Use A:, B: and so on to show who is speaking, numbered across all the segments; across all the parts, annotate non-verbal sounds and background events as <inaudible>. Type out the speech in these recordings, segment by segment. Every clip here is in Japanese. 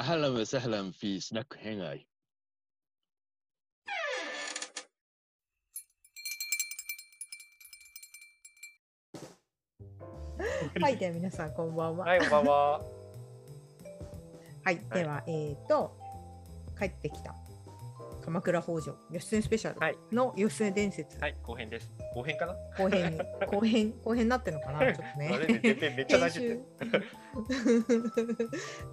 A: أهلا وسهلا في سناك هيناي
B: いはい、では皆さんこんばんは。は、
C: はいい、こんばんは。
B: では、えっ、と、帰ってきた鎌倉北条義経スペシャ
C: は
B: ル
C: い
B: の義経伝説、
C: はい、後編です。後編かな。
B: 後
C: <laughs>
B: 編に、後編、後編になってるのかな、ちょっと
C: あれね、
B: ね。
C: 全編めっちゃ大丈夫だよ。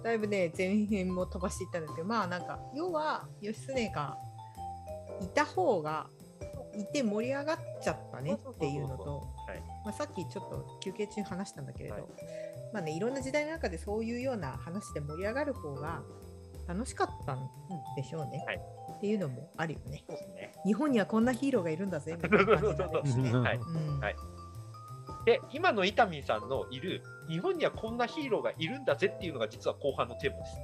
B: <laughs> だいぶね、前編も飛ばしていったんですけど、まあなんか、要は義経がいた方が、いて盛り上がっちゃったねっていうの
C: そうそうそう
B: と、
C: はい
B: まあ、さっきちょっと休憩中に話したんだけれど、
C: はい
B: まあねいろんな時代の中でそういうような話で盛り上がる方が楽しかったんでしょうね、
C: はい
B: っていうのもあるよね。
C: そうですね。
B: 日本にはこんなヒーローがいるん
C: <laughs>
B: だぜみたいな感じになったりして。
A: そうそうそうそう
C: はい。
B: うん
C: はいで、今の伊丹さんのいる日本にはこんなヒーローがいるんだぜっていうのが実は後半のテーマです。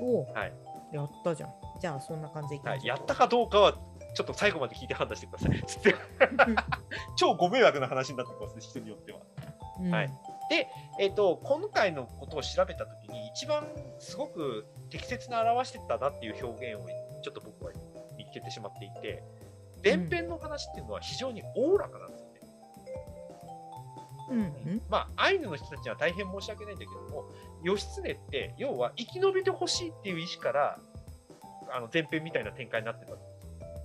B: おう
C: はい
B: やったじゃん。じゃあそんな感じでいき
C: は
B: ま
C: い、
B: しょ
C: や
B: う
C: ったかどうかはちょっと最後まで聞いて判断してください。つって
B: <laughs>
C: 超ご迷惑な話になってきますね、人によっては。
B: うん
C: はいえっと、今回のことを調べたときに、一番すごく適切な表してたなっていう表現をちょっと僕は見つけてしまっていて、前編の話っていうのは非常におおらかなんですよね。
B: うんうん
C: まあ、アイヌの人たちには大変申し訳ないんだけども、義経って、要は生き延びてほしいっていう意思から、あの前編みたいな展開になってた。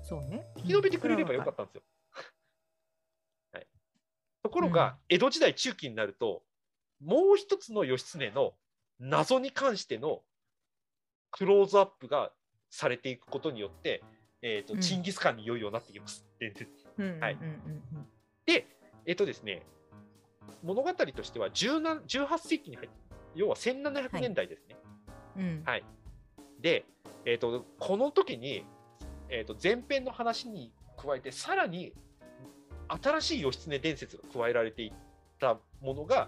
B: そうね。
C: 生き延びてくれればよかったんですよ。はい、ところが、江戸時代中期になると、もう一つの義経の謎に関してのクローズアップがされていくことによって、えー、
B: う
C: と
B: ん
C: チンギスカンにいよいよなってきます。伝説
B: うんうんうんうん
C: はいで、えっとですね、物語としては17 18世紀に入って、要は1700年代ですね。
B: うんうん
C: はいで、えっと、この時に、えっと、前編の話に加えて、さらに新しい義経伝説が加えられていったものが、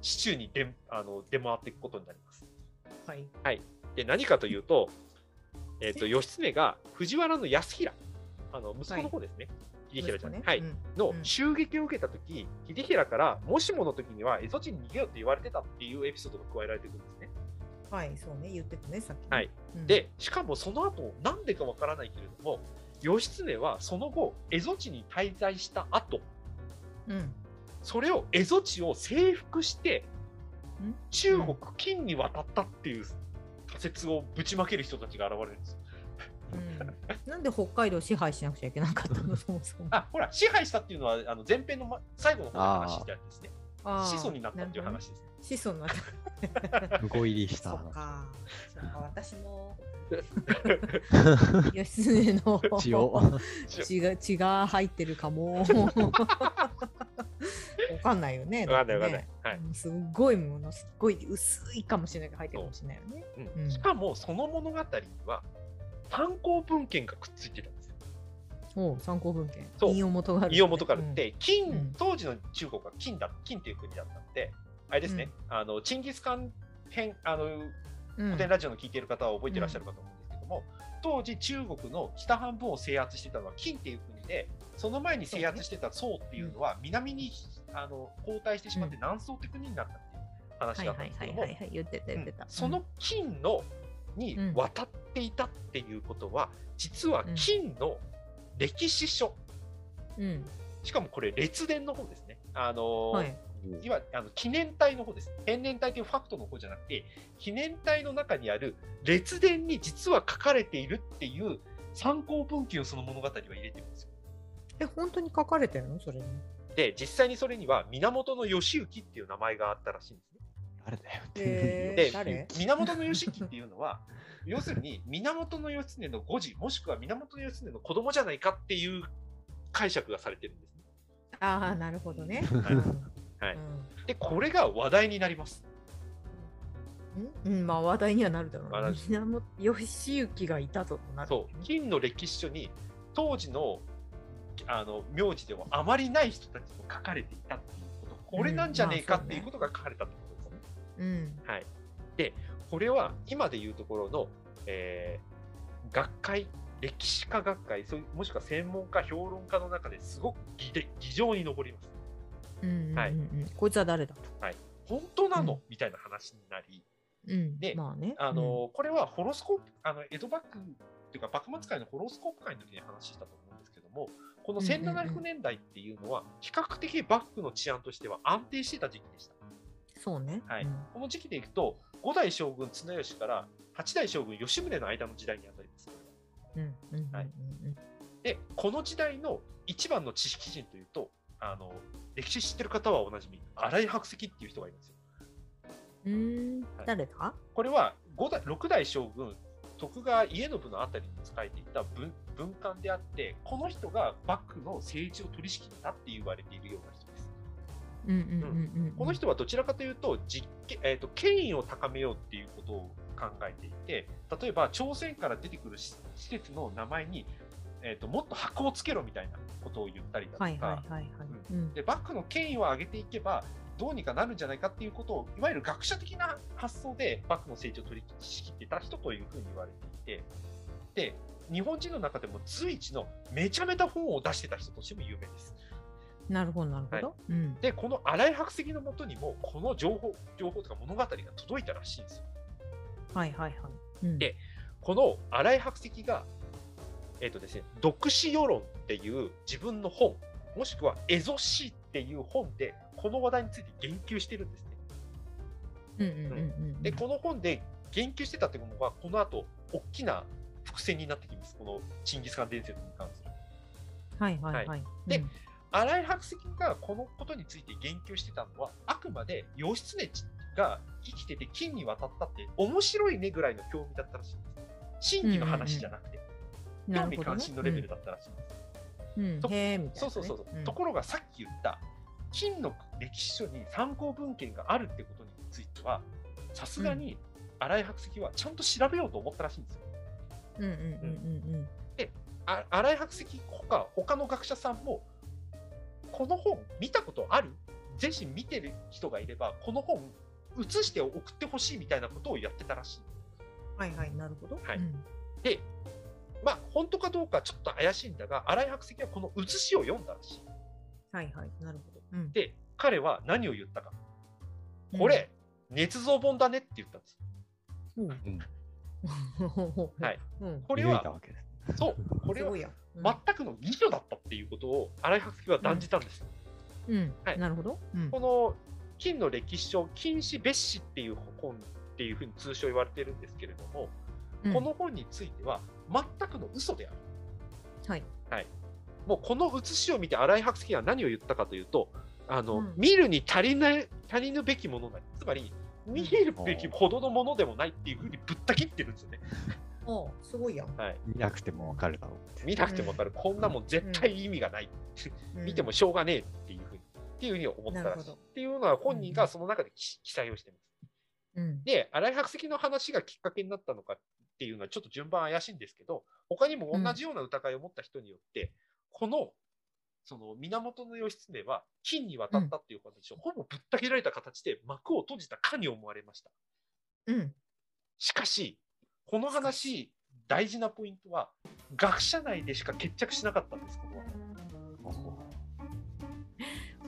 C: 市中にであの出回っていくことになります。
B: はい。
C: で何かというと、えっと義経が藤原の康平、あの息子の方ですね、秀平じゃない、はい、
B: うん
C: の襲撃を受けた時、秀平からもしもの時には蝦夷地に逃げようって言われてたっていうエピソードが加えられてくるんですね。
B: はい、そうね、言ってたね、さっきね。
C: はい
B: うん、
C: でしかもその後なんでかわからないけれども義経はその後蝦夷地に滞在した後
B: うん、
C: それを蝦夷地を征服して
B: ん
C: 中国金に渡ったっていう仮説をぶちまける人たちが現れるんですよ。
B: うん、なんで北海道支配しなくちゃいけなかったの、そ <laughs> もそも。
C: あほら支配したっていうのはあの前編の、ま、最後の方の話であるんですね
B: あー
C: 子孫になったっていう。
B: るほどね
C: 話ですね。
B: 子孫の。
A: ご入りし
B: そ
A: た
B: っか。そっか、私も。
A: 話。
B: 義経の
A: 血を。
B: 血が血が入ってるか
C: <laughs>
B: も。わかんないよね。
C: わかんないわかんな
B: だっ。
C: いはい
B: てね。すっごいもの、すっごい薄いかもしれないけど、入ってるかもしれないよね。うん
C: しかもその物語には参考文献がくっついてたんですよ。
B: おう参考文献。
C: そう
B: 引用元がある、
C: 伊予元春っ
B: うん。
C: て金、当時の中国は金だ金っていう国だったんであれですね、あのチンギスカン編あの
B: うん
C: 古典ラジオの聞いてる方は覚えてらっしゃるかと思うんですけども、当時中国の北半分を制圧してたのは金っていう国でその前に制圧してた宋っていうのは南にあの後退してしまって南宋って国になったっていう話だったんですけども
B: はいはいはいはいはい、言ってた言ってた。
C: その金のに渡っていたっていうことは、実は金の歴史書、
B: うん、
C: しかもこれ列伝の方ですね。あのー
B: はいい、
C: わゆるあの記念体の方です。天然体というファクトの方じゃなくて、記念体の中にある列伝に実は書かれているっていう参考文献をその物語は入れてるんですよ。
B: え本当に書かれてるのそれに
C: で、実際にそれには源義行っていう名前があったらしいんですね。
A: あれだよ。
B: え
C: で
B: 誰
C: 源義行っていう
B: <laughs>
C: のは要するに源義経の誤字もしくは源義経の子供じゃないかっていう解釈がされてるんですね。
B: ああなるほどね。
C: はい
B: うん
C: はいでこれが話題になります。
B: うん、うん、まあ話題にはなるだろう
C: 話題
B: な。源義行がいたとなるよ
C: そう金の歴史書に当時のあの名字ではあまりない人たちも書かれていたっていうことこれなんじゃねえかっていうことが書かれたってことですね。
B: ね。うん。
C: はい、でこれは今でいうところの、えー学会歴史科学会そういうもしくは専門家評論家の中ですごく議で議場に上ります
B: うんうんうんうん
C: はい
B: こいつは誰だと。
C: 本当なの、
B: うん
C: みたいな話になり
B: うん
C: で
B: まあね、
C: あのこれはホロスコープあの江戸幕府っていうか幕末界のホロスコープ界の時に話したと思うんですけどもこの
B: うんうんうん
C: 1700年代っていうのは比較的幕府の治安としては安定してた時期でした。
B: うんそうね、
C: はい
B: うん
C: この時期でいくと5代将軍綱吉から8代将軍吉宗の間の時代にあたります。
B: うんうん
C: はい
B: うんうん
C: でこの時代の一番の知識人というとあの歴史知ってる方はおなじみ新井白石っていう人がいますよ。
B: うんうーん
C: はい
B: 誰だ
C: これは五代6代将軍徳川家信のあたりに仕えていた文文官であってこの人が幕府の政治を取り仕切ったって言われているような人です。
B: うんうんうんうん
C: この人はどちらかというと実権、えー、と権威を高めようっていうことを考えていて例えば朝鮮から出てくるし施設の名前に、えー、ともっと箔をつけろみたいなことを言ったりだとか、
B: はいはいはいはい、うん
C: で幕府の権威を上げていけばどうにかなるんじゃないかっていうことをいわゆる学者的な発想で幕府の成長を取り仕切ってた人というふうに言われていてで日本人の中でも随一のめちゃめちゃ本を出してた人としても有名です。
B: なるほどなるほど、うん
C: でこの新井白石のもとにもこの情報情報とか物語が届いたらしいんですよ。
B: はいはいはい、うん、
C: でこの新井白石が、えっとですね、読史世論っていう自分の本もしくはエゾ史っていう本でこの話題について言及してるんですね。
B: うんうんうんうん
C: でこの本で言及してたってものがこの後大きな伏線になってきますこのチンギスカン伝説に関する
B: はいはいはい、
C: は
B: で、
C: で新井白石がこのことについて言及してたのはあくまで義経が生きてて金に渡ったって面白いねぐらいの興味だったらしいんです真偽の話じゃなくて、
B: なる
C: 興
B: ほ
C: 味
B: ど
C: 関
B: ね
C: 心のレベルだったらしいんです、
B: うんうん
C: と
B: へえみたいなね、
C: そうそうそうそう、
B: ん
C: ところがさっき言った金の歴史書に参考文献があるってことについてはさすがに新井白石はちゃんと調べようと思ったらしいんですよ
B: うんうんうんうんうん
C: あ新井白石ほか他の学者さんもこの本見たことあるぜひ見てる人がいればこの本写して送ってほしいみたいなことをやってたらしい
B: はいはいなるほど
C: はい
B: うん
C: でまあ本当かどうかちょっと怪しいんだが新井白石はこの写しを読んだらしい
B: はいはいなるほど、うん、
C: で彼は何を言ったかこれ、捏造本だねって言ったんです
B: うん、
A: うん
B: <laughs>
C: はい
B: うん、
C: これ
A: 見抜いた
C: は
A: わけです
C: そうこれ
B: す
C: は
B: ごいや、うん
C: 全くの偽書だったっていうことを新井白石は断じたんですよ
B: うん
C: はい
B: なるほど、うん
C: この金の歴史書、金史別史っていう本っていうふうに通称言われてるんですけれども、
B: うん
C: この本については全くの嘘である。
B: はい
C: もうこの写しを見て新井白石は何を言ったかというと、あの
B: うん
C: 見るに足りない足りぬべきものなり、つまり見るべきほどのものでもないっていうふうにぶった切ってるんですよね。
B: おうすごいやん、
C: はい、
A: 見なくてもわかるだろうって
C: 見なくてもわかる、こんなもん絶対意味がない、
B: うん
C: 見てもしょうがねえっていうふうにっていうふうに思った
B: な
C: ら
B: る
C: し
B: ほ
C: い。っ
B: ど
C: ていうのは本人がその中で記記載をしてます。
B: うん
C: で、新井白石の話がきっかけになったのかっていうのはちょっと順番怪しいんですけど、他にも同じような疑いを持った人によって、この、その源義経は金に渡ったっていう形を、ほぼぶった切られた形で幕を閉じたかに思われました。
B: うん
C: しかし、この話、大事なポイントは、学者内でしか決着しなかったんです、この話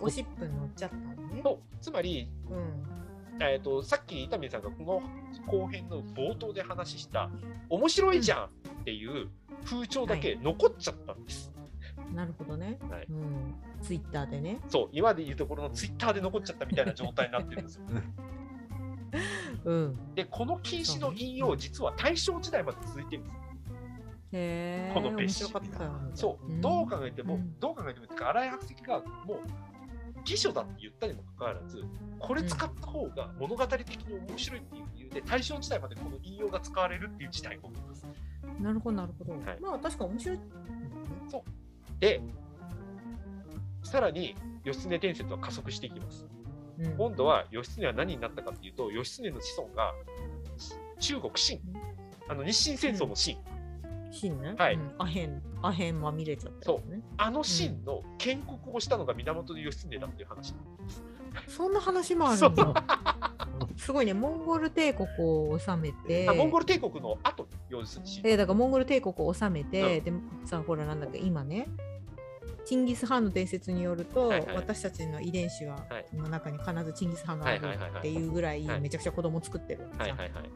B: ゴシップに乗っちゃったのね
C: とつまり、
B: うん
C: えー、とさっき伊丹さんがこの後編の冒頭で話した面白いじゃんっていう風潮だけ残っちゃったんです、
B: なるほどね、
C: はい
B: うんツイッターでね
C: そう今でいうところのツイッターで残っちゃったみたいな状態になってるんですよ
B: うん
C: でこの禁止の引用実は大正時代まで続いてるんです
B: へえ
C: この
B: 面
C: 別
B: 白
C: 紙
B: かったよ
C: そう、
B: ん
C: どう考えても、
B: うん
C: どう考えてもっていうか新井白石がもう偽書だって言ったにもかかわらずこれ使った方が物語的に面白いっていう理由で大正時代までこの引用が使われるっていう事態が起きます
B: なるほどなるほど、
C: はい
B: まあ確か面白い
C: で、さらに義経伝説は加速していきます。
B: うん
C: 今度は義経は何になったかっていうと、義経の子孫が中国清あの日清戦争の清、
B: シンね。
C: はい
B: うんアヘン、アヘンまみれちゃったやつね。
C: あの清の建国をしたのが源義経だっていう話。
B: そんな話もあるんだ。 <laughs> すごいね、モンゴル帝国を治めて。
C: あモンゴル帝国の後に義経。
B: えーだからモンゴル帝国を治めて、でさほらなんだっけ今ねチンギス・ハンの伝説によると、
C: はいはい
B: 私たちの遺伝子は、
C: はい
B: の中に必ずチンギス・ハンがある
C: はいはいはいはい
B: っていうぐらい
C: はい
B: めちゃくちゃ子供作ってるんですよ
C: はいはいはい。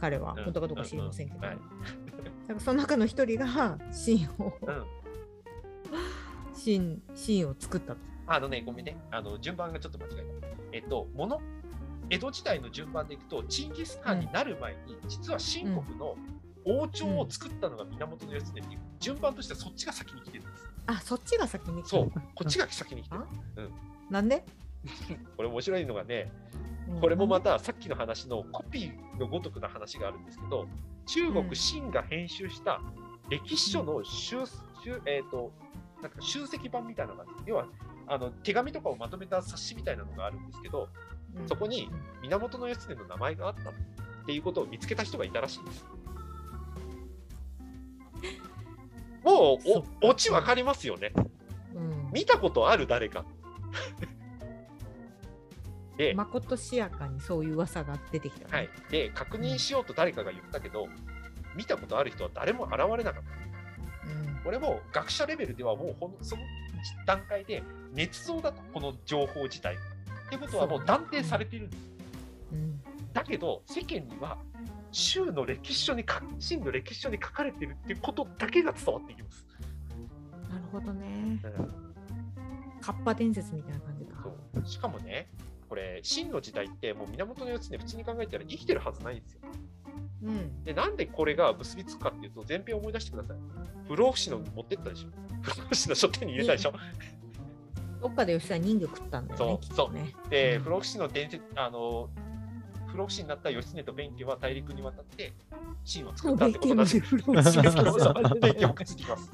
B: 彼は
C: うん
B: 本当かどうか知りませんけど、
C: うんうんはい
B: なんかその中の一人がシンを
C: うん。
B: シンシンを作ったと
C: あのね、ごめんね。あの、順番がちょっと間違えた。えっと、もの、江戸時代の順番でいくと、チンギス・ハンになる前に、実は秦国の王朝を作ったのが源義経っていう、順番としてはそっちが先に来てるんです。
B: あそっちが先に来た
C: そう、こっちが先に来てる
B: あ。なんで
C: これ面白いのがね、これもまたさっきの話のコピーのごとくな話があるんですけど、中
B: うん
C: 国清が編集した歴史書の集集えーとなんか集積版みたいな感じ、要はあの手紙とかをまとめた冊子みたいなのがあるんですけど、
B: うん
C: そこに源義経の名前があったっていうことを見つけた人がいたらしいんです。も
B: そっ
C: う
B: か
C: おオチわかりますよね。
B: うん
C: 見たことある誰か。で、
B: まことしやかにそういう噂が出てきたね、
C: はい、で確認しようと誰かが言ったけど、見たことある人は誰も現れなかった。
B: うん
C: これも学者レベルではもうほんその段階で捏造だと、この情報自体。ってことはもう断定されているんです。
B: うん
C: だけど、世間には、州の歴史書にか、秦の歴史書に書かれてるっていうことだけが伝わってきます。
B: なるほどね
C: うん
B: カッパ伝説みたいな感じか
C: そうしかもね、これ、秦の時代って、もう源義経、普通に考えたら生きてるはずないんですよ。
B: うん
C: で、なんでこれが結びつくかっていうと、前編を思い出してください。不老不死の持ってったでしょ。不老不死の書店に入れたでしょ。
B: どっかで吉田人魚食ったんだよね
C: そう
B: きっとね
C: で、不老不死の伝説、あの、不老不死になった義経と弁慶は大陸に渡って、秦を作ったってことなんです。
B: 不老
A: 不死
C: そうそうそう弁慶もくっついてきます。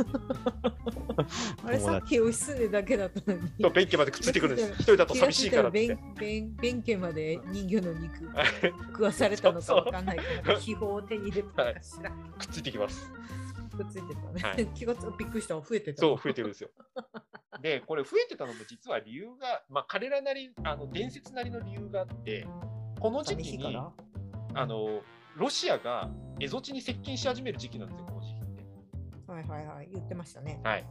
B: あれさっき義経だけだったのに
C: そう弁慶までくっついてくるんです。一人だと寂しいからっ
B: 気
C: て
B: が。ついたら弁弁弁慶まで人魚の肉食わされたのかわかんないけど秘宝を手に入れたのかしら
C: くっついてきます。
B: くっついてたね、
C: はい
B: 気がつびっくりした増えてた
C: そう、増えてるんですよ。で、これ増えてたのも実は理由が、まあ、彼らなり、あの伝説なりの理由があって、この時
B: 寂し
C: 期
B: いか
C: に
B: ら、
C: あのロシアが蝦夷地に接近し始める時期なんですよ、この時期って。
B: はいはいはい言ってましたね
C: はい、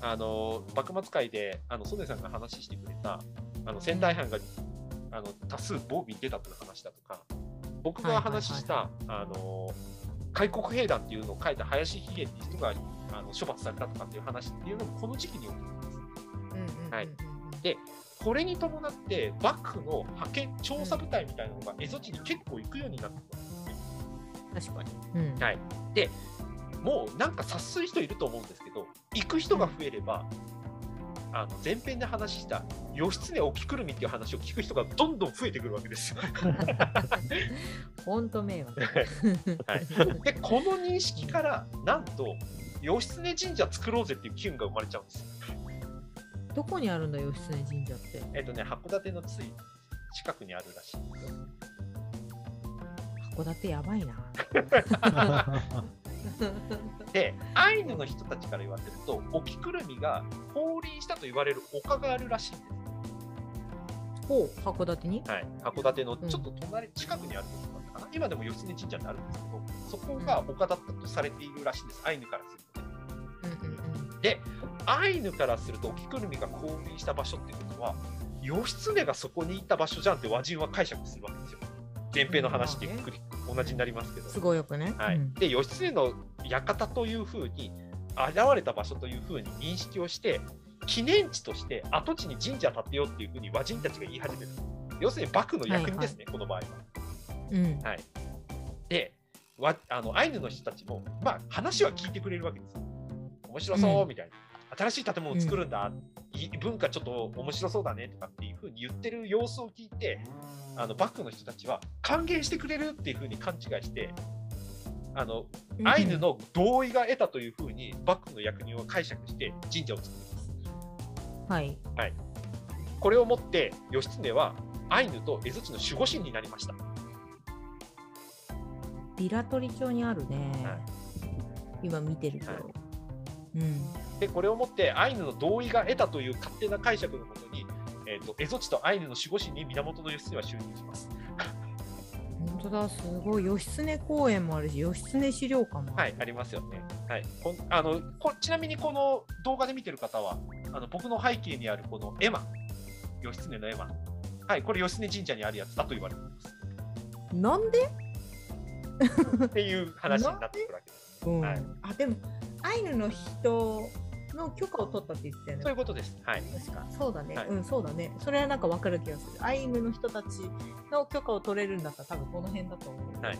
C: あの幕末界であの曽根さんが話してくれたあの仙台藩があの多数防備に出たという話だとか僕が話しした、あの開国兵団っていうのを書いた林飛玄っていう人があの処罰されたとかっていう話っていうのもこの時期に起きてます。
B: うんうんうんうん
C: はいこれに伴って幕府の派遣調査部隊みたいなのが蝦夷地に結構行くようになってくるんです
B: 確
C: ね。
B: かに、うん
C: はいでもうなんか察する人いると思うんですけど行く人が増えれば、あの前編で話した義経を着くるみっていう話を聞く人がどんどん増えてくるわけですよ。
B: ほんと迷惑
C: はい、でこの認識からなんと義経神社作ろうぜっていう機運が生まれちゃうんですよ。
B: どこにあるんだ義経神社って
C: えっ、とね函館のつい近くにあるらしいんですよ。
B: 函館やば
C: <laughs>
B: いな
C: でアイヌの人たちから言わせるとお着くるみが降臨したと言われる丘があるらしいんです。
B: ほう函館に
C: はい、函館のちょっと隣、近くにあるところだったかな、今でも義経神社にあるんですけど、そこが丘だったとされているらしいんです、アイヌからするとね。
B: うんうんうん
C: で、アイヌからすると、沖くるみが降臨した場所ってことは、義経がそこにいた場所じゃんって和人は解釈するわけですよ。前編の話って
B: うんまあ
C: くり同じになりますけど。
B: すごいよくね、
C: はい
B: うん
C: で、義経の館というふうに、現れた場所というふうに認識をして、記念地として跡地に神社建てようっていうふうに和人たちが言い始める。要するに幕府の役人ですね、この場合は。
B: うん
C: はい、でわあのアイヌの人たちも、まあ、話は聞いてくれるわけですよ。面白そううんみたいな、新しい建物を作るんだ、い文化ちょっと面白そうだねとかっていうふうに言ってる様子を聞いてあのバックの人たちは歓迎してくれるっていうふうに勘違いしてあのアイヌの同意が得たというふうにバックの役人を解釈して神社を作るんです。
B: はい
C: これをもって義経はアイヌと蝦夷地の守護神になりました。
B: ビラ取り町にあるね、
C: はい
B: 今見てるけど、
C: は
B: うん
C: でこれをもってアイヌの同意が得たという勝手な解釈のもとに、えー、と蝦夷地とアイヌの守護神に源義経は就任します。
B: 本当だすごい義経公園もあるし義経資料館もあ
C: は
B: る、
C: い、ありますよね。はい、こんあのこちなみにこの動画で見てる方はあの僕の背景にあるこの絵馬義経の絵馬はいこれ義経神社にあるやつだと言われてます
B: なんで、 <laughs>
C: っていう話になってくるわけです、
B: うん
C: はい
B: あでもアイヌの人の許可を取ったって言ってたよね
C: そういうことですはい
B: 確かそうだね、
C: はい
B: うんそうだねそれはなんか分かる気がするアイヌの人たちの許可を取れるんだったら多分この辺だと思う、
C: はい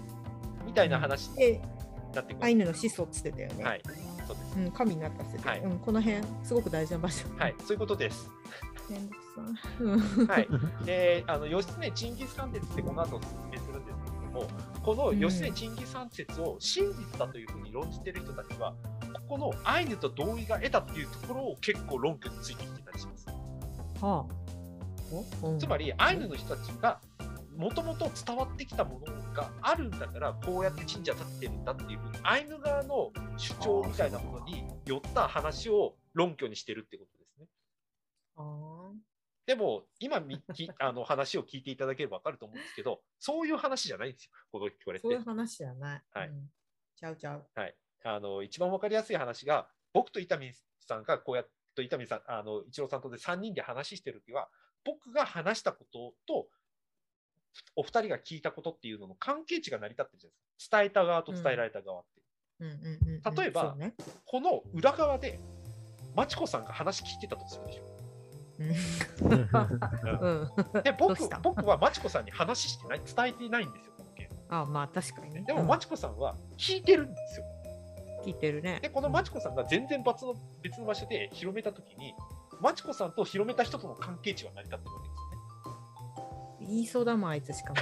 C: みたいな話に
B: で
C: なってくる
B: アイヌの始祖っつってたよね、
C: はいそうです
B: うん、神になったっつってた、
C: はい
B: うん、この辺すごく大事な場所
C: はいそういうことです
B: めんどくさい、うん、
C: はいであの義経チンギス・カン説ってこの後お説明するんですけれどもこの義経チンギス・カン説を真実だというふうに論じてる人たちはここのアイヌと同意が得たっていうところを結構論拠についてきてたりします
B: はあ、
C: つま
B: り
C: りアイヌの人たちがもともと伝わってきたものがあるんだからこうやって神社建ててるんだっていうふうにアイヌ側の主張みたいなものに寄った話を論拠にしてるってことですね。
B: あ
C: でも今みき <laughs> あの話を聞いていただければ分かると思うんですけどそういう話じゃないんですよこの聞かれて
B: そういう話じゃない、
C: はい
B: うんちゃうちゃう
C: あの一番分かりやすい話が僕と伊丹さんがこうやって伊丹さんあの一郎さんとで3人で話してる時は僕が話したこととお二人が聞いたことっていうのの関係値が成り立ってるじゃないですか伝えた側と伝えられた側って、
B: うんうんうんうん
C: 例えば
B: そうね
C: この裏側でマチコさんが話聞いてたとするでしょ
B: うん、
C: で
B: ど
C: 僕
B: うした <laughs>
C: 僕はマチコさんに話してない伝えていないんですよこの件
B: あまあ確かにね
C: でも
B: うん
C: マチコさんは聞いてるんですよ
B: 聞いてるね
C: でこのマチコさんが全然別の別の場所で広めた時にマチコさんと広めた人との関係値は成り立ってるわけですよね
B: 言いそうだもんあいつ
C: <laughs>
B: しか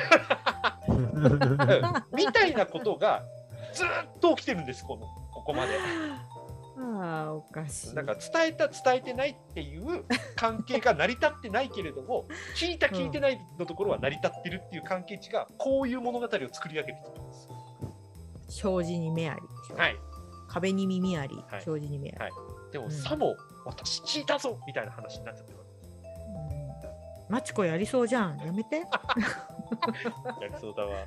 B: も
D: <laughs>
A: <laughs>
C: みたいなことがずっと起きてるんです、このここまで。
B: ああおかしい
C: なんか伝えた、伝えてないっていう関係が成り立ってないけれども、聞いた、聞いてないのところは成り立ってるっていう関係値が、こういう物語を作り上げてきてるんですよ。
B: 障子に目ありでしょ
C: はい、
B: 壁に耳あり、
C: い
B: 障子に目あり、
C: でも、
B: うん
C: さも私聞いたぞみたいな話になっちゃってるわ
B: うんマチコやりそうじゃんやめて
C: け。やりそうだわ。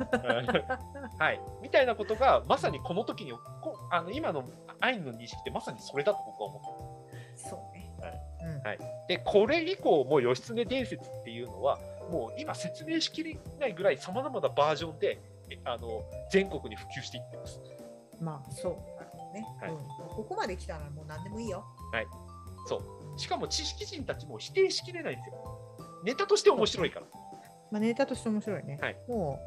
C: <laughs> はい、みたいなことが、まさにこの時に、こあの今のアイヌの認識って、まさにそれだと僕は思ってます
B: そうね
C: はい
B: うん
C: はいでこれ以降もう義経伝説っていうのはもう今説明しきれないぐらいさまざまなバージョンでえあの全国に普及していってます。
B: まあそうだろうね、
C: はい
B: うんここまで来たらもう何でもいいよ
C: そうしかも知識人たちも否定しきれないんですよ。ネタとして面白いから。
B: まあネタとして面白いね、
C: はい
B: も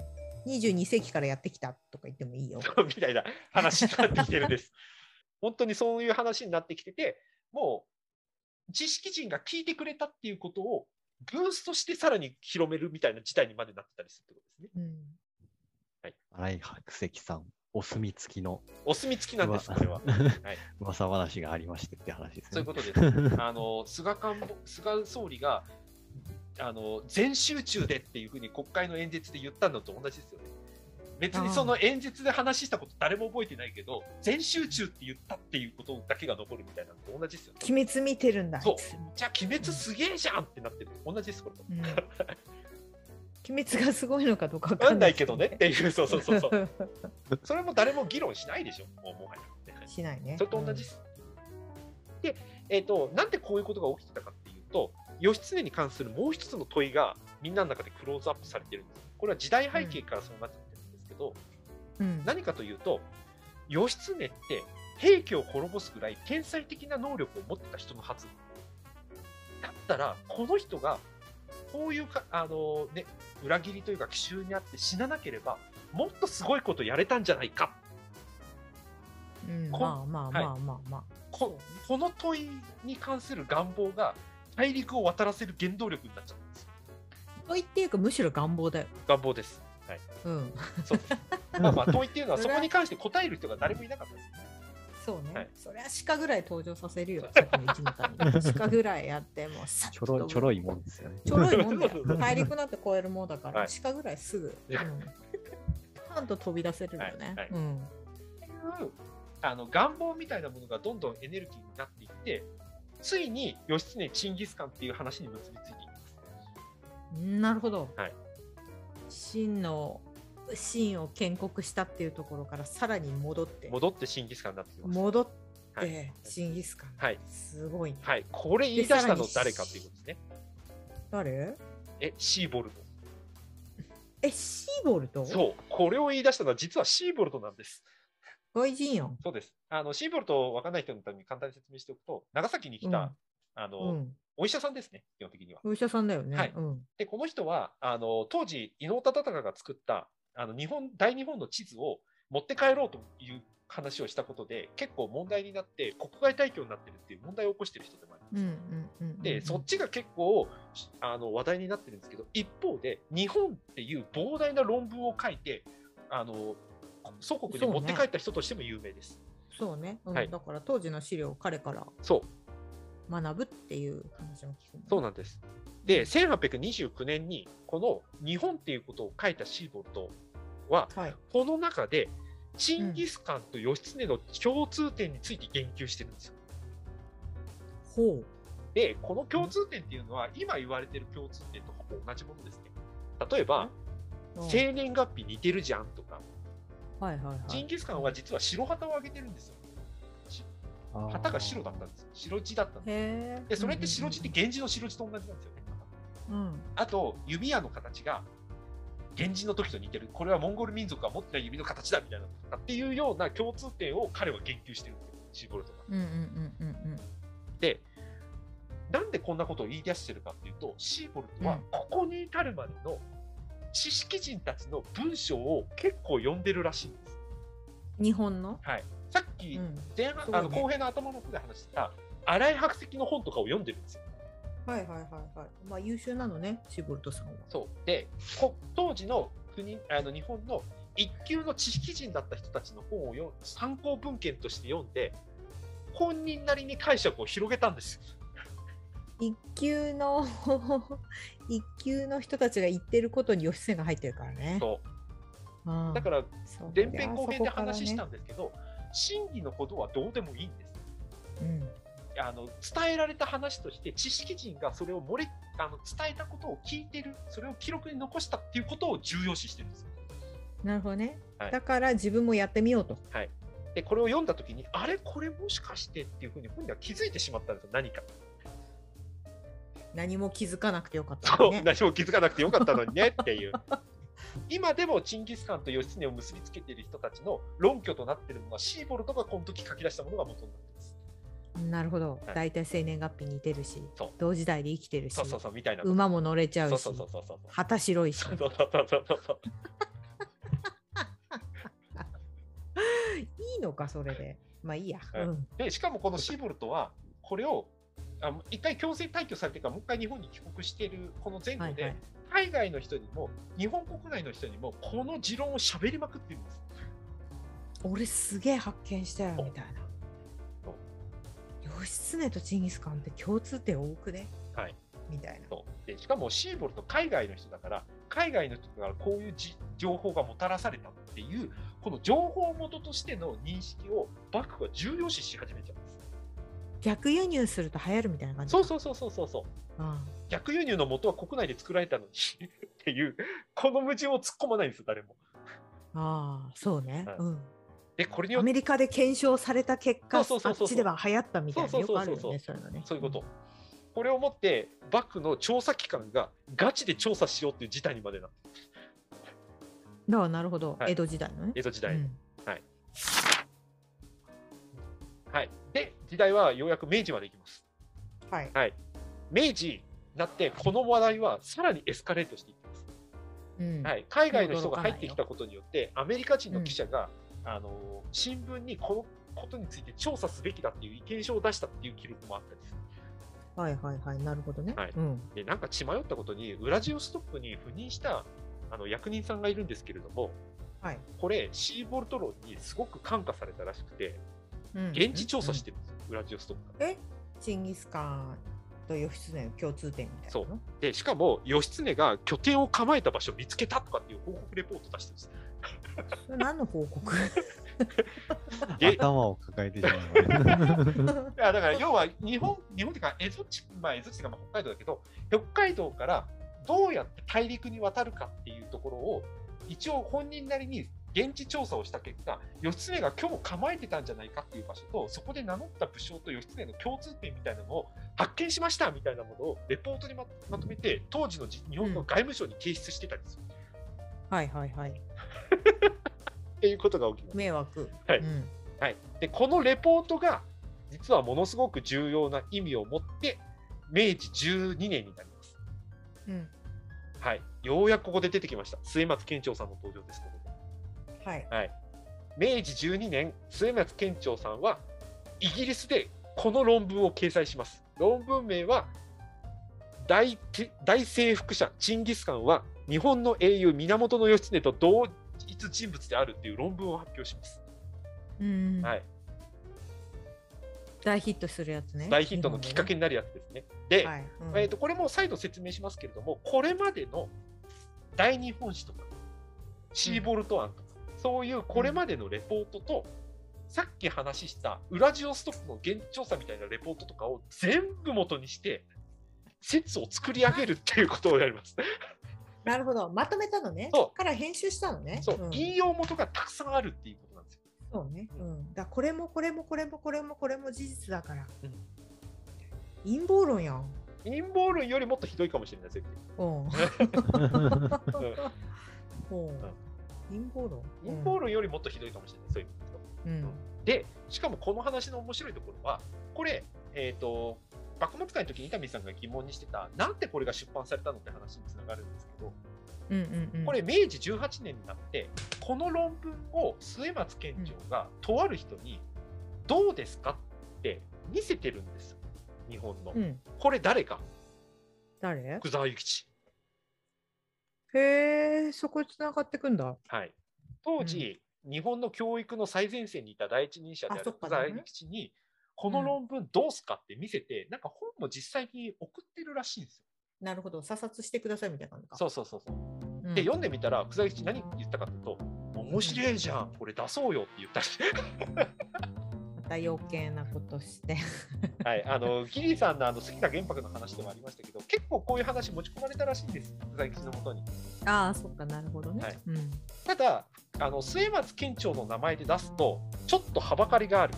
B: う22世紀からやってきたとか言ってもいいよ
C: みたいな話になってきてるんです。 <laughs> 本当にそういう話になってきてて、もう知識人が聞いてくれたっていうことをブーストしてさらに広めるみたいな事態にまでなってたりするってことですね。
B: うん
A: 荒井白石さん、お墨付きの
C: お墨付きなんです、これは。
A: 噂話がありましてって話です
C: そういう
A: よね。
C: ことです。 <laughs> あの菅官房菅総理があの全集中でっていうふうに国会の演説で言ったのと同じですよね。別にその演説で話したこと誰も覚えてないけど、全集中って言ったっていうことだけが残るみたいなのと同じですよね。
B: 鬼滅見てるんだ
C: そう
B: あいつ
C: じゃあ、鬼滅すげえじゃんってなってる。同じです、これ。
B: うん鬼滅がすごいのかどうかわ
C: わ
B: か
C: かん
B: んな
C: な
B: いい
C: けどねっていう、そうそうそうそう。それも誰も議論しないでしょ、もうもはや。
B: <laughs> しないね
C: それと同じです。で、えーと、なんでこういうことが起きてたかっていうと、義経に関するもう一つの問いが、みんなの中でクローズアップされてるんです。これは時代背景からそうなっちゃってるんですけど、
B: うん、
C: 何かというと、義経って平家を滅ぼすぐらい天才的な能力を持ってた人のはず。だったら、この人が、こういうか、あのね、裏切りというか奇襲にあって死ななければ、もっとすごいことやれたんじゃないか
B: うん、
C: こ
B: まあまあま
C: はい
B: あまあまあ、
C: ここの問いに関する願望が大陸を渡らせる原動力になっちゃうんですよ
B: 問いっていうかむしろ願望だよ、
C: 願望です。
B: うん、
C: <laughs> まあまあ問いっていうのは
B: そ
C: そ
B: れ
C: こに関して答える人が誰もいなかったです。
B: そうね、
C: はい
B: そりゃ鹿ぐらい登場させるよ、さっきの一の谷鹿ぐらいやって、もうさっ
A: ちょろい
B: と
A: ちょろいもんですよね。
B: ちょろいもんだ
C: <laughs> そう
B: よ
C: そうそう。
B: 大陸なんて超えるもんだから、
C: はい
B: 鹿ぐらいすぐ、うん、パンと飛び出せるよね。
C: はいはい
B: うん
C: っていうあの願望みたいなものがどんどんエネルギーになっていってついに義経チンギスカンっていう話に結びついていきます。
B: なるほど、
C: はい
B: 真の秦を建国したっていうところからさらに戻って
C: 戻ってシンギスカンになってきます。
B: 戻っ
C: はい
B: てシンギスカン、
C: はい
B: すごいね、
C: はい、これ言い出したの誰かっていうことですね。
B: 誰
C: え、シーボル
B: えシーボルト
C: ト。そう、これを言い出したのは実はシーボルトなんです。
B: 外人やん、
C: そうです。あのシーボルトを分からない人のために簡単に説明しておくと、長崎に来た、あの、
B: うん、
C: お医者さんですね、基本的には。
B: お医者さんだよね、
C: はい
B: うん、
C: で、この人はあの当時、伊能忠敬が作ったあの日本大日本の地図を持って帰ろうという話をしたことで、結構問題になって、国外退去になってるっていう問題を起こしてる人でもあります。
B: うんうんうんうん
C: でそっちが結構あの話題になってるんですけど一方で日本っていう膨大な論文を書いてあの祖国に持って帰った人としても有名です。
B: そうね、うん
C: はい
B: だから当時の資料を彼から
C: そう
B: 学ぶっていう話も聞くもんね
C: そうなんです。で1829年にこの「日本」っていうことを書いたシーボルトは
B: はい、
C: この中でチンギスカンと義経の共通点について言及してるんですよ。
B: ほう
C: でこの共通点っていうのは今言われてる共通点とほぼ同じものですね。例えば
B: うん
C: 生年月日似てるじゃんとか
B: はいはいは
C: ジン
B: い
C: ギスカンは実は白旗を上げてるんですよ。旗が白だったんですよ。白地だったんです。
B: へえ
C: で、それって白地って源氏の白地と同じなんですよね。
B: うん
C: あと、弓矢の形が源氏の時と似てる。これはモンゴル民族が持ってた弓の形だみたいな。っていうような共通点を彼は言及してるんですよ。シーボルトが。
B: うんうんうんうんうん
C: で、なんでこんなことを言い出してるかっていうと、シーボルト
B: う
C: は
B: ん
C: ここに至るまでの知識人たちの文章を結構読んでるらしいんです。
B: 日本の、
C: はい。さっき、
B: うん、
C: 前半、
B: すごい
C: あ
B: ね
C: の後編の頭の方で話した新井白石の本とかを読んでるんですよ。
B: はいはいはいはいまあ優秀なのねシボルトさんは
C: そうでこ当時の国あの日本の一級の知識人だった人たちの本をよ参考文献として読んで本人なりに解釈を広げたんですよ。
B: 一級の <laughs> 一級の人たちが言ってることに義経が入ってるからね
C: そう
B: うん
C: だから
B: そう
C: 前編後編で話し
B: そ
C: た
B: こ
C: んですけど、真偽のことはどうでもいいんです。
B: からね
C: あの伝えられた話として知識人がそれを漏れあの伝えたことを聞いてるそれを記録に残したっていうことを重要視してるんですよ。
B: うん、なるほどね、
C: はい
B: だから自分もやってみようと
C: でこれを読んだ時にあれこれもしかしてっていうふうに本人は気づいてしまったんですよ何か、
B: 何も気づかなくてよかった
C: そ
B: の
C: う
B: ね
C: <laughs> 何も気づかなくてよかったのにねっていう今でもチンギスカンと義経を結びつけている人たちの論拠となっているものはシーボルトがこの時書き出したものが元になってます
B: なるほど
C: はい
B: 大体生年月日似てるし
C: そう
B: 同時代で生きてるし
C: そうそうそうみたいな
B: 馬も乗れちゃうし
C: そうそうそうそうそう
B: 旗白いし
C: そうそうそうそうそうそう
B: いいのかそれでまあいいや、
C: はい
B: うん
C: でしかもこのシーボルトはこれをあ一回強制退去されてからもう一回日本に帰国しているこの前後で、
B: はいはい
C: 海外の人にも日本国内の人にもこの持論を喋りまくってるんです
B: 俺すげえ発見したよ
C: そう
B: みたいな
C: そう
B: 義経とチンギスカンって共通点多くね
C: はい
B: みたいな
C: そうでしかもシーボルト海外の人だから海外の人からこういうじ情報がもたらされたっていうこの情報元としての認識を幕府が重要視し始めちゃうんです
B: 逆輸入すると流行るみたいな感じ
C: そうそうそうそうそうそう
B: あ
C: 逆輸入の元は国内で作られたのにっていうこの矛盾を突っ込まないんですよ誰も
B: あああそうね、
C: はい
B: うん
C: でこれによ
B: ア
C: って
B: メリカで検証された結果
C: そうそうそうそう
B: あっちでは流行ったみたいな
C: そう
B: よ
C: そ
B: く
C: う
B: ある
C: そう
B: よねそう
C: そう
B: いうのね
C: そういうことこれをもって幕府の調査機関がガチで調査しようっていう事態にまでなった
B: だからなるほど、
C: はい
B: 江戸時代のね
C: 江戸時
B: う
C: 代の、
B: ん
C: はいで時代はようやく明治まで行きます
B: はい
C: はい、明治になってこの話題はさらにエスカレートしていきます、
B: うん
C: はい、海外の人が入ってきたことによってアメリカ人の記者が、あの新聞にこのことについて調査すべきだっていう意見書を出したっていう記録もあったりする
B: はいはいはいなるほどね、
C: はい
B: うん、
C: でなんか血迷ったことにウラジオストックに赴任したあの役人さんがいるんですけれども
B: はい、
C: これシーボルト論にすごく感化されたらしくて
B: うん
C: 現地調査してるんですよ、ウラジオストックが
B: うんえチンギスカンと義経の共通点みたいな
C: そうでしかも義経が拠点を構えた場所を見つけたとかっていう報告レポートを出してるんです
B: それ何の報告
C: で
A: 頭を抱えてしまう。
B: <laughs>
C: いやだから要は日本、日本っていうか、エゾチまあ、エゾチがまあ北海道だけど、北海道からどうやって大陸に渡るかっていうところを一応本人なりに現地調査をした結果義経が今日構えてたんじゃないかっていう場所とそこで名乗った武将と義経の共通点みたいなのを発見しましたみたいなものをレポートにままとめて当時のじ日本の外務省に提出してたりする、
B: はいはいはい。
C: っていうことが起きます。
B: 迷惑。
C: はい
B: うん
C: はい、でこのレポートが実はものすごく重要な意味を持って明治12年になります。
B: うん。
C: はい、ようやくここで出てきました末松賢長さんの登場ですここで
B: はい。
C: はい、明治12年末松賢長さんはイギリスでこの論文を掲載します論文名は大て大征服者チンギス・カンは日本の英雄源義経と同一人物であるという論文を発表します、
B: うん。
C: はい、
B: 大ヒットするやつね。
C: 大ヒットのきっかけ
B: 日
C: になるやつですねで、
B: 本でね。はい。
C: えー、とこれも再度説明しますけれどもこれまでの大日本史とかシーボルト案とか、そういうこれまでのレポートと、さっき話したウラジオストックの現地調査みたいなレポートとかを全部元にして説を作り上げるっていうことをやります。
B: うんなるほど。まとめたのね。
C: そう
B: そっから編集したのね。
C: そう、
B: ん
C: 引用元がたくさんあるっていうことなんですよ。
B: そうね。うん。だからこれもこれもこれもこれもこれも事実だから。
C: うん
B: 陰謀論やん。
C: 陰謀論よりもっとひどいかもしれないですよ。
B: うん。うん陰謀論。
C: 陰謀論よりもっとひどいかもしれない。そういう意味で言うと
B: うん。
C: で、しかもこの話の面白いところは、これ、えっ、と、幕末会の時に伊丹さんが疑問にしてた、なんでこれが出版されたのって話につながるんですけど、
B: うんうんうん。
C: これ、明治18年になって、この論文を末松賢長がとある人に、どうですかって見せてるんですよ、日本の
B: う。ん。
C: これ誰か、
B: 誰
C: 福沢諭吉。
B: へえ、そこ繋がってくんだ。
C: はい、当時、日本の教育の最前線にいた第一人者であ
B: あ
C: る
B: そっか
C: 福沢諭吉に、この論文どうすかって見せて、なんか本も実際に送ってるらしいんですよ。
B: なるほど。査察してくださいみたいな感じか。
C: そうそうそうそう
B: うん。
C: で読んでみたら福沢諭吉何言ったかっていうと「面白いじゃんこれ出そうよ」って言ったり
B: また余計なことして。
C: <laughs> はいあのギリーさんのあの杉田玄白の話でもありましたけど結構こういう話持ち込まれたらしいんです福沢諭吉のもとに。
B: ああ、そっか、なるほどね。
C: はい
B: うん。
C: ただあの末松賢長の名前で出すとちょっとはばかりがある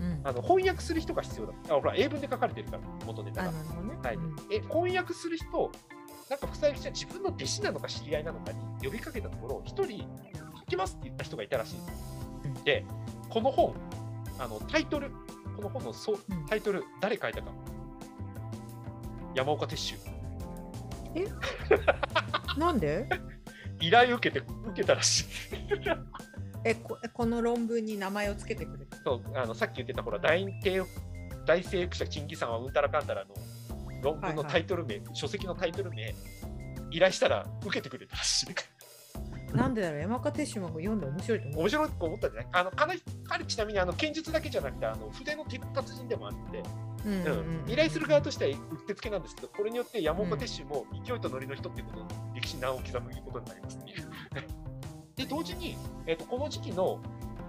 B: うん。
C: あの翻訳する人が必要だあほら英文で書かれてるから元ネタ
B: あ、
C: が
B: な。るほどね。
C: はい
B: うん、
C: え翻訳する人、なんか草木ちゃん、自分の弟子なのか知り合いなのかに呼びかけたところ、一人、書きますって言った人がいたらしいです
B: うん
C: で、この本、あのタイトル、この本のそう
B: うん
C: タイトル、誰書いたか、山岡鉄舟、
B: なんで
C: 依頼受けて受けたらしい。 <laughs>
B: えこ、この論文に名前をつけてくれた。
C: そうあのさっき言ってた、ほら、大帝大征服者、チンギさんはうんたらかんたらの論文のタイトル名、書籍のタイトル名、依頼したら受けてくれたらしい。
B: なんでだろう山岡鉄舟も読んで面白いと思う。
C: 面白いと思ったんじゃないあの彼彼ちなみにあの剣術だけじゃなくてあの筆の手達人でもあるので、
B: うんうん
C: うん依頼する側としてはうってつけなんですけどこれによって山岡鉄舟も勢いとノリの人っていうことの歴史に名を刻むことになります <laughs> ね。で同時に、えっとこの時期の、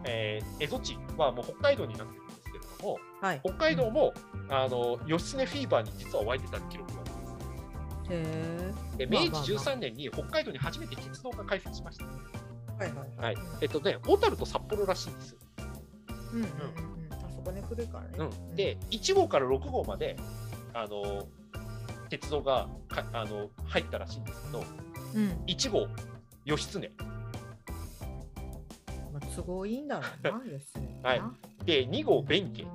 C: えー、蝦夷地はもう北海道になってるんですけれども
B: はい。
C: 北海道も、あの義経フィーバーに実は湧いてた記録があります。
B: へえ。
C: で
B: まあ
C: 明
B: まあ
C: 治
B: まあ
C: 13年に北海道に初めて鉄道が開設しました。
B: はいはい
C: はいえっとね、小樽と札幌らしいんですよ
B: うんうんうんうん。あそこね、古いからね。
C: うん、で1号から6号まであの鉄道がかあの入ったらしいんですけど
B: うん、
C: 1号義経
B: まあ、都合いいんだろうな、吉野家
C: はいで2号弁慶、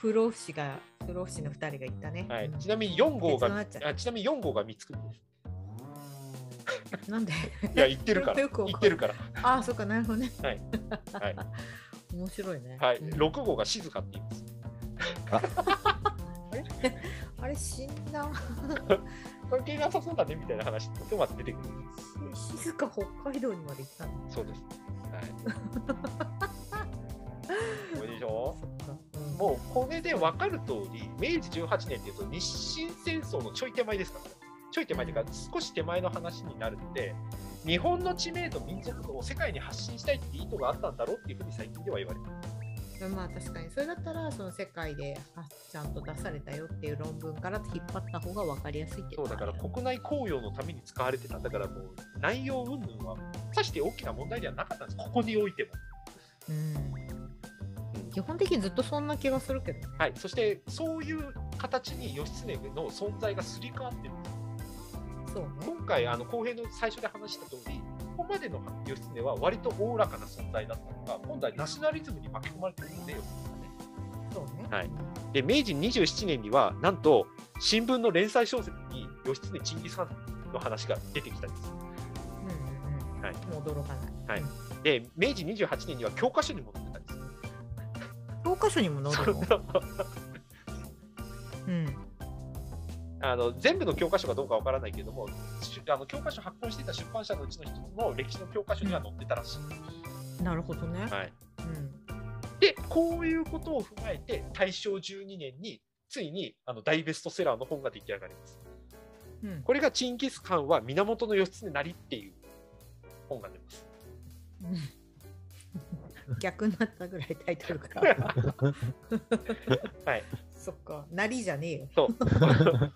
B: 不老不死が、不老不死の二人が行ったね。
C: はい
B: うん、
C: ちなみに4号
B: 鉄の
C: が
B: あっちゃん
C: あちなみに4号が光圀です
B: なんで
C: いや言ってるか
B: <laughs>
C: ら
B: よくわかんない
C: 言ってるから、
B: ああ、そっか、なるほどね。
C: はいはい。
B: 面白いね。
C: はい、
B: うん
C: 6号が静かって言います
B: あれ、死んだ。
C: 関係なさそうだねみたいな話とかまで出てくる
B: し静か北海道にまで行ったの。
C: そうですはい
B: <laughs>
C: これでしょ
B: そっか。
C: もうこれで分かる通り、明治18年っていうと日清戦争のちょい手前ですから、ね、ちょい手前というか少し手前の話になるので、日本の知名度、民族を世界に発信したいって意図があったんだろうっていうふうに最近では言われてる。
B: うまあ確かにそれだったらその世界であちゃんと出されたよっていう論文から引っ張った方が分かりやすいって
C: そうだから
B: こ
C: 国内公用のために使われてただからもう内容云々はさして大きな問題ではなかったんですここにおいても
B: うん基本的にずっとそんな気がするけどね
C: はいそしてそういう形に義経の存在がすり替わってるんです
B: そうね
C: 今回あの後編の最初で話した通りここまでの義経は割とおおらかな存在だったのが今度はナショナリズムに巻き込まれてるんで義経がね
B: そうね
C: はいで明治27年にはなんと新聞の連載小説に義経チンギス・ハンの話が出てきたんです
B: うんうんうん
C: はい
B: もう驚かない
C: で明治28年には教科書にも載ってたんです
B: 教科書にも載るのうん
C: あの全部の教科書かどうかわからないけれどもしあの教科書発行していた出版社のうちの一つの歴史の教科書には載ってたらしい、
B: なるほどね、
C: はい、
B: うん
C: でこういうことを踏まえて大正12年についにあの大ベストセラーの本が出来上がります
B: うん
C: これが「チンギス・カンは源義経なり」っていう本が出ます
B: うん逆になったぐらいタイトルから。
C: はい。
B: そっか、なりじゃねえよ。 <laughs>
C: そう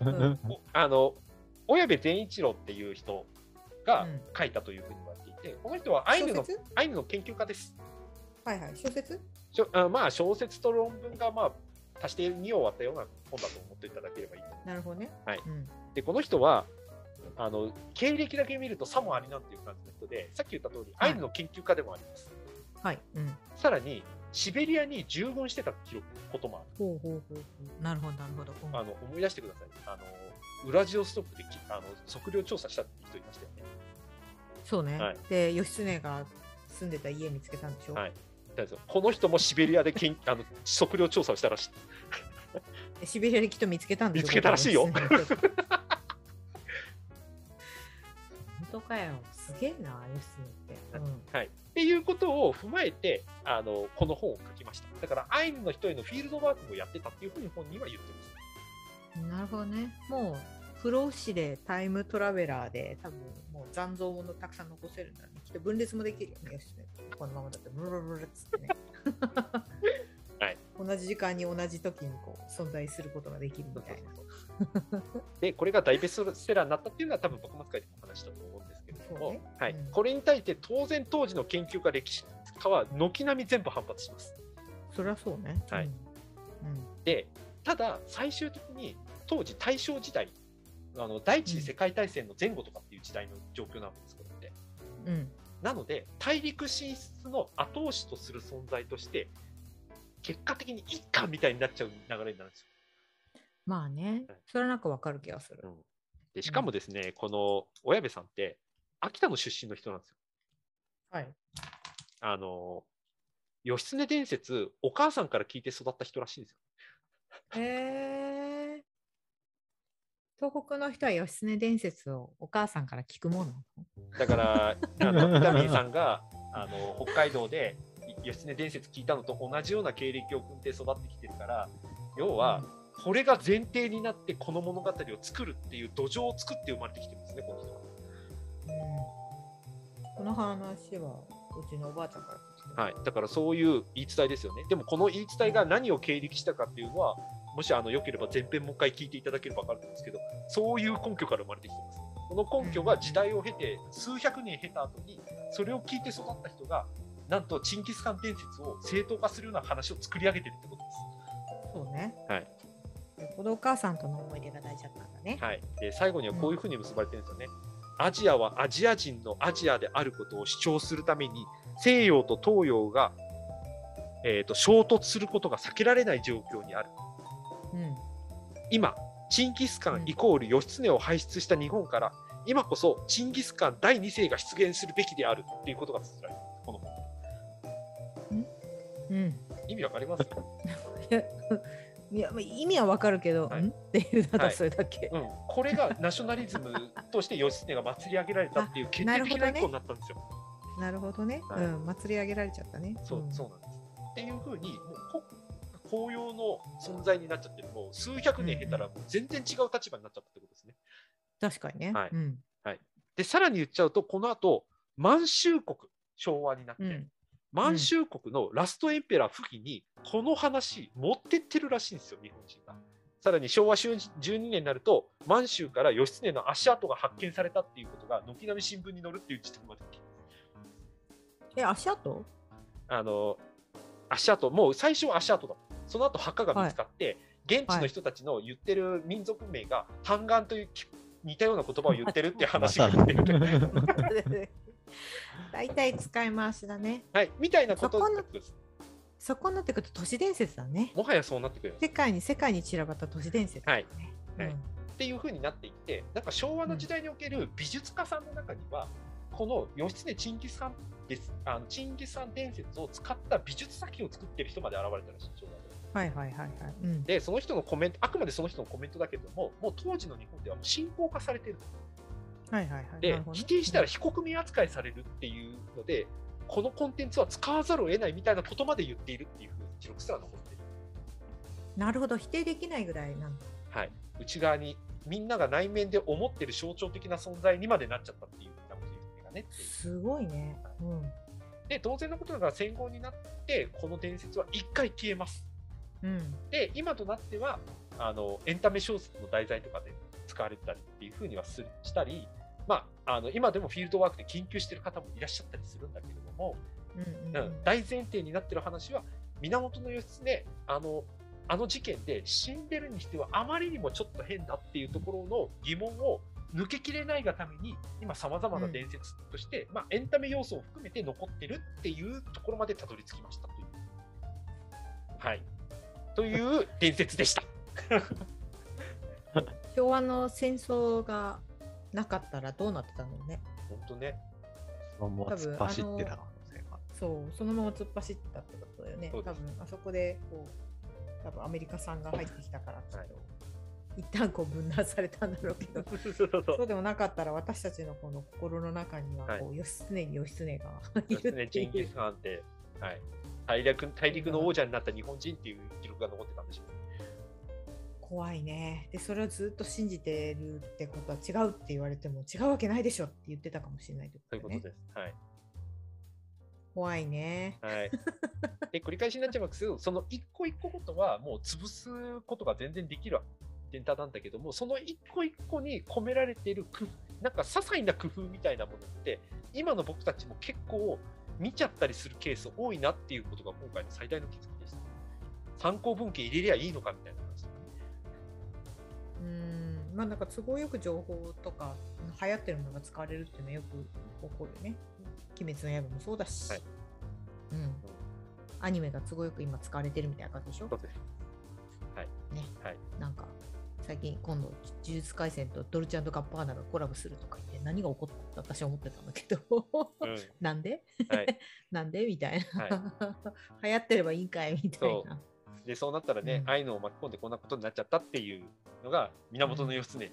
B: うん
C: おあの親部善一郎っていう人が
B: うん
C: 書いたというふうに言われていて、この人はアイヌ
B: 小
C: の
B: 説
C: アイヌの研究家です
B: はいはい、小説
C: しょあまあ小説と論文がまあ足して2を割ったような本だと思っていただければいいと思いま
B: なるほどね。
C: はい
B: うん
C: すでこの人はあの経歴だけ見るとさもありなんていう感じの人でさっき言った通りア
B: はい
C: イヌの研究家でもあります、
B: はい。うん。
C: さらにシベリアに従軍してた記録こともある
B: ほうほうほうほう。なるほど、なるほど。うん
C: あの思い出してくださいあのウラジオストックできあの測量調査したって人いましたよね
B: そうね
C: はい。
B: で、義経が住んでた家見つけたんでしょ
C: はいだからこの人もシベリアで
B: <laughs>
C: 研あの測量調査をしたらしい
B: でシベリアできっと見つけたんでしょ <laughs>
C: 見つけたらしいよ
B: ここに義経の家本当かよ。すげえな、義経って。うん
C: はい、っていうことを踏まえてあのこの本を書きましただからアイヌの人へのフィールドワークもやってたっていうふうに本人は言ってます
B: なるほどね。もう、不老士でタイムトラベラーで、多分もう残像ものたくさん残せるんだね。きっと分裂もできるよね。よしねこのままだって、ブルブルブルっつってね。
C: <laughs> はい
B: 同じ時間に同じ時にこう存在することができるみたいな。
C: <laughs> でこれが大ベストセラーになったっていうのは多分幕末会でも話したと思うんですけれど
B: そ
C: も、
B: うね
C: はい
B: うん
C: これに対して当然当時の研究家歴史家は軒並み全部反発します
B: そりゃそうね。
C: はい
B: うん。
C: でただ最終的に当時大正時代あの第一次世界大戦の前後とかっていう時代の状況なんですけどね
B: うん。うん。
C: なので大陸進出の後押しとする存在として結果的に一貫みたいになっちゃう流れになるんですよ
B: まあね
C: はい、
B: それはなんかわかる気がする。
C: でしかもですね、この親部さんって秋田の出身の人なんですよ。
B: はい。
C: あの義経伝説お母さんから聞いて育った人らしいんですよ。
B: へえ。東北の人は義経伝説をお母さんから聞くもの。
C: だからあのダミーさんがあの北海道で義経伝説聞いたのと同じような経歴を組んで育ってきてるから要はこれが前提になってこの物語を作るっていう土壌を作って生まれてきてるんですねこの人は。
B: この話はうちのおばあちゃんから聞いた
C: はい、だからそういう言い伝えですよね。でもこの言い伝えが何を経歴したかっていうのは、もしあの良ければ前編もう一回聞いていただければ分かるんですけど、そういう根拠から生まれてきてます。この根拠が時代を経て、数百年経た後に、それを聞いて育った人が、なんとチンギスカン伝説を正当化するような話を作り上げてるってことです。
B: そうね。
C: はい。
B: よっぽどお母さんとの思い出が大事だったんだね。
C: はい、で最後にはこういうふうに結ばれてるんですよね。アジアはアジア人のアジアであることを主張するために西洋と東洋が、えー、と衝突することが避けられない状況にある
B: うん。
C: 今チンギスカンイコール義経を輩出した日本から今こそチンギスカン第2世が出現するべきであるっていうことが綴られてるこの本
B: うん。 <laughs>
C: 意味わかります、
B: いやまあ意味はわかるけど、
C: はい
B: んっていうた
C: は
B: だ
C: い
B: それだけ、
C: うん、これがナショナリズムとして義経が祭り上げられたっていう決定的な
B: あなるほど
C: 一
B: ね
C: 歩になったんですよ。
B: <laughs> なるほどね、
C: はい
B: うん祭り上げられちゃったね
C: そう、
B: ん
C: そうなんです。っていうふうに、もうこ紅葉の存在になっちゃってる、もう数百年経たら、もう全然違う立場になっちゃったってことですね。
B: 確かにね、
C: はい
B: うん
C: で、さらに言っちゃうと、この後、満州国、昭和になって、
B: うん
C: 満州国のラストエンペラー溥儀にこの話持ってってるらしいんですよ日本人が。さらに昭和12年になると満州から義経の足跡が発見されたっていうことが軒並み新聞に載るっていう時点まで来て
B: え、足跡 <laughs>
C: あの足跡もう最初は足跡だもんその後墓が見つかって、現地の人たちの言ってる民族名が半岸というき似たような言葉を言ってるっていう話が出てる、
B: 大体使い回しだね。
C: はい、みたいなこと
B: そこの
C: だったんです
B: そこになってくると都市伝説だね。
C: もはやそうなってくる
B: 世界に世界に散らばった都市伝説だね。
C: はいはい
B: うん
C: っていう風になっていってなんか昭和の時代における美術家さんの中には、この義経チンギスさんですあのチンギスさん伝説を使った美術作品を作ってる人まで現れたらしい昭和で
B: はいはいはいはい。うん。
C: でその人のコメントあくまでその人のコメントだけどももう当時の日本ではもう信仰化されてる
B: はいはいはい。な
C: で
B: るほどね
C: 否定したら非国民扱いされるっていうのでこのコンテンツは使わざるを得ないみたいなことまで言っているっていう風に記録すら残っている。
B: なるほど、否定できないぐらいなんだ。
C: はい、内側にみんなが内面で思ってる象徴的な存在にまでなっちゃったっていうようなことですね。っていう
B: すごいね。うん。
C: で当然のことながら戦後になってこの伝説は一回消えます。
B: うん。
C: で今となってはあのエンタメ小説の題材とかで使われたりっていうふうにはするしたり、まあ、あの今でもフィールドワークで研究してる方もいらっしゃったりするんだけれども、
B: うんうん
C: う
B: うんん。
C: 大前提になってる話は源義経あのあの事件で死んでるにしてはあまりにもちょっと変だっていうところの疑問を抜けきれないがために今さまざまな伝説として、まあ、エンタメ要素を含めて残ってるっていうところまでたどり着きましたという。はい、という伝説で <laughs> した。
B: 昭和の戦争がなかったらどうなってたのね。
C: 本当ね
A: <laughs> そのまま突っ走ってた可能性が。
B: そう、そのまま突っ走ってたってことだよね。
C: そ
B: 多
C: うで
B: 分
C: す
B: あそこでこう、多分アメリカ産が入ってきたからきっと、
C: はい
B: 一旦こう分断されたんだろうけど、そうでもなかったら私たちのこの心の中には
C: はい
B: こう、義経に義経がい
C: そうです
B: る
C: ね、
B: って
C: ジン
B: い
C: ギ
B: う
C: ス。カンって、はい、大陸大陸の王者になった日本人っていう記録が残ってたんでしょうね。
B: 怖いね。で、それをずっと信じてるってことは違うって言われても違うわけないでしょって言ってたかもしれないって
C: という
B: こ
C: こと
B: だよ
C: と
B: ね。
C: です。はい
B: 怖いね。
C: はい、で繰り返しになっちゃいますけど、その一個一個ごとはもう潰すことが全然できるデンタなんだけども、その一個一個に込められている工夫、なんか些細な工夫みたいなものって、今の僕たちも結構見ちゃったりするケース多いなっていうことが今回の最大の気づきでした。参考文献入れりゃいいのかみたいな話とかね。
B: うん、まあなんか都合よく情報とか流行ってるものが使われるっていうのはよく起こるよね。鬼滅の刃もそうだし、
C: はい
B: うん、アニメが都合よく今使われてるみたいな感じでしょ
C: そう。です
B: ね、
C: はい
B: なんか最近今度呪術廻戦とドルチアンドガッパーナがコラボするとか言って何が起こった私は思ってたんだけど <laughs>
C: うん
B: なんで
C: はい、
B: なんで <laughs> みたいな、流行ってればいいんかいみたいな
C: でそうなったらね、
B: うん
C: 愛のを巻き込んでこんなことになっちゃったっていうのが源義経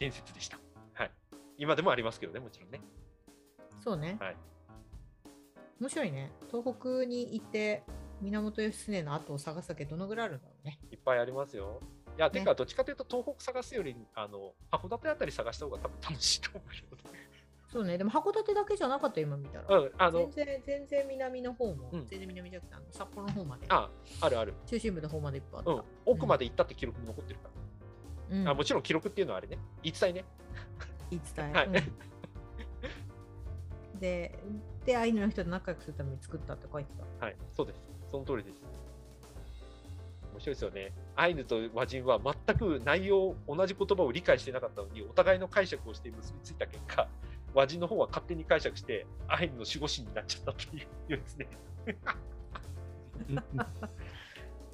C: 伝説でした。はい、今でもありますけどね、もちろんね。
B: そうね、
C: はい
B: 面白いね東北に行って源義経の後を探すだけどのぐらいあるんだろうね
C: いっぱいありますよ。いや、て
B: ね
C: か、どっちかというと、東北探すより、あの、函館あたり探した方が多分楽しいと思うけ
B: そうねでも函館だけじゃなかったよ今見たら、
C: ど。うん、あの
B: 全、然全然南の方も、
C: うん
B: 全然南じゃなくてあの札幌の方まで
C: あ、あるある。
B: 中心部の方までいっぱいあった
C: うん、奥まで行ったって記録も残ってるか
B: うん
C: ら。あ、もちろん記録っていうのはあれね。言い伝えね。
B: 言い伝え、
C: はい
B: うんででアイヌの人と仲良くするために作ったって書いてた
C: はい、そうです。その通りです。面白いですよね。アイヌと和人は全く内容、同じ言葉を理解してなかったのに、お互いの解釈をして結びついた結果、和人の方は勝手に解釈して、アイヌの守護神になっちゃったっていうです
B: <laughs>
C: ね。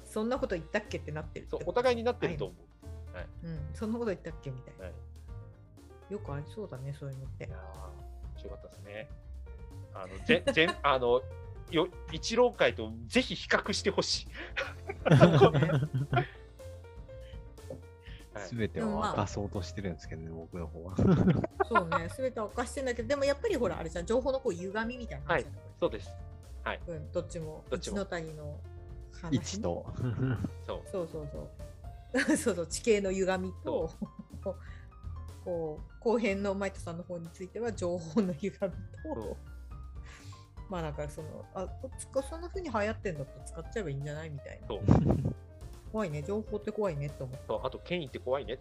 B: そんなこと言ったっけってなってる
C: そう、
B: って
C: お互いになってると思う。
B: うん、そんなこと言ったっけみたいな、
C: はい
B: よくありそうだねそういうのっ
C: い
B: て
C: やー面白かったですね。
B: <laughs>
C: あのぜぜあのよ一郎会とぜひ比較してほ
B: <laughs>
C: しい。 <laughs> はい
A: すべてを明かそうとしてるんですけどね、僕の方は。
B: そう
C: <laughs>
B: ね全ては犯してんだけどでもやっぱりほらあれじゃん情報のこう歪みみたいな話じゃん、
C: そうです。
B: うん、どっちも
C: どっちも
B: 一の谷の話
A: 一と。
C: そう
B: そうそうそう <laughs> そうそう地形の歪みと <laughs> こう後編のマイトさんの方については情報の歪み
C: そう
B: とまあなんかそのあこっちかそんな風に流行ってんだったら使っちゃえばいいんじゃないみたいな
C: そう
B: 怖いね情報って怖いねって思う、
C: そうあと権威って怖いね。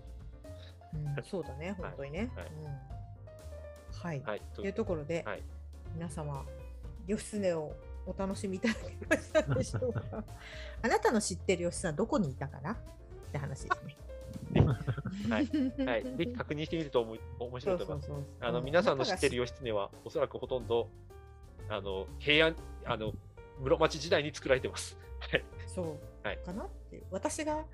B: うん、そうだね本当にね
C: は
B: は
C: い
B: い、うんはい
C: はい。
B: と
C: と
B: いうところで、
C: はい
B: 皆様義経をお楽しみいただけましたでしょ
C: <laughs>
B: うかあなたの知ってる義経はどこにいたかなって話ですね
C: はい
B: <laughs>
C: はい、ぜひ確認してみるとおも面白
B: そ
C: いうと
B: そ
C: 思いうます。
B: そう
C: あの皆さんの知ってる
B: よ
C: 義経はおそらくほとんどあの平安あの室町時代に作られてます。はい
B: そう、
C: はい
B: かなっていう私が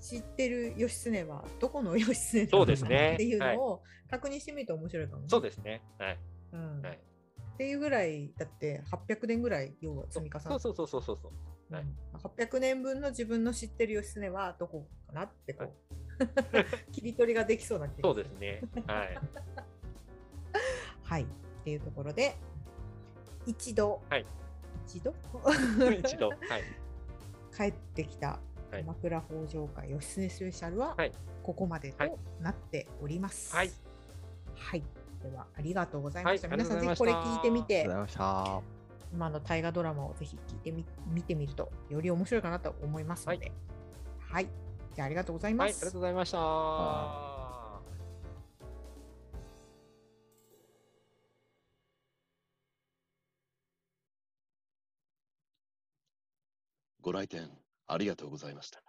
B: 知ってる義経はどこの義経な
C: そ
B: の
C: うで
B: か
C: す
B: な
C: ね
B: っていうのを確認してみると面白いかもね、
C: そうですね。はい
B: うん
C: はい
B: っていうぐらいだって800年ぐらい要は積み重なって
C: そうそうそうそうそうそう。はい
B: うん800年分の自分の知ってる義経はどこかなってこう、 <laughs> 切り取りができそうな気が
C: そうですね。
B: <laughs>
C: はい
B: はいっていうところで一度、
C: はい
B: 一度
C: 一度はい
B: <laughs> 帰ってきた
C: はい
B: 鎌倉北条会義経スペシャルは
C: はい
B: ここまで
C: はい
B: となっております。
C: はい、
B: はいではありがとうございました。
C: はい
B: 皆さん
C: あ
B: ぜ
C: り
B: ひ
C: が
B: こと
C: う
B: れ聞
C: ございました
B: いてみ
A: あり
B: て
A: がとうございました。
B: 今の大河ドラマをぜひ聞いてみ見てみるとより面白いかなと思いますので、はい、じゃあありがとうござい
C: は
B: ま
C: い。ありが
B: す。
C: とうございました。
D: ご来店ありがとうございました。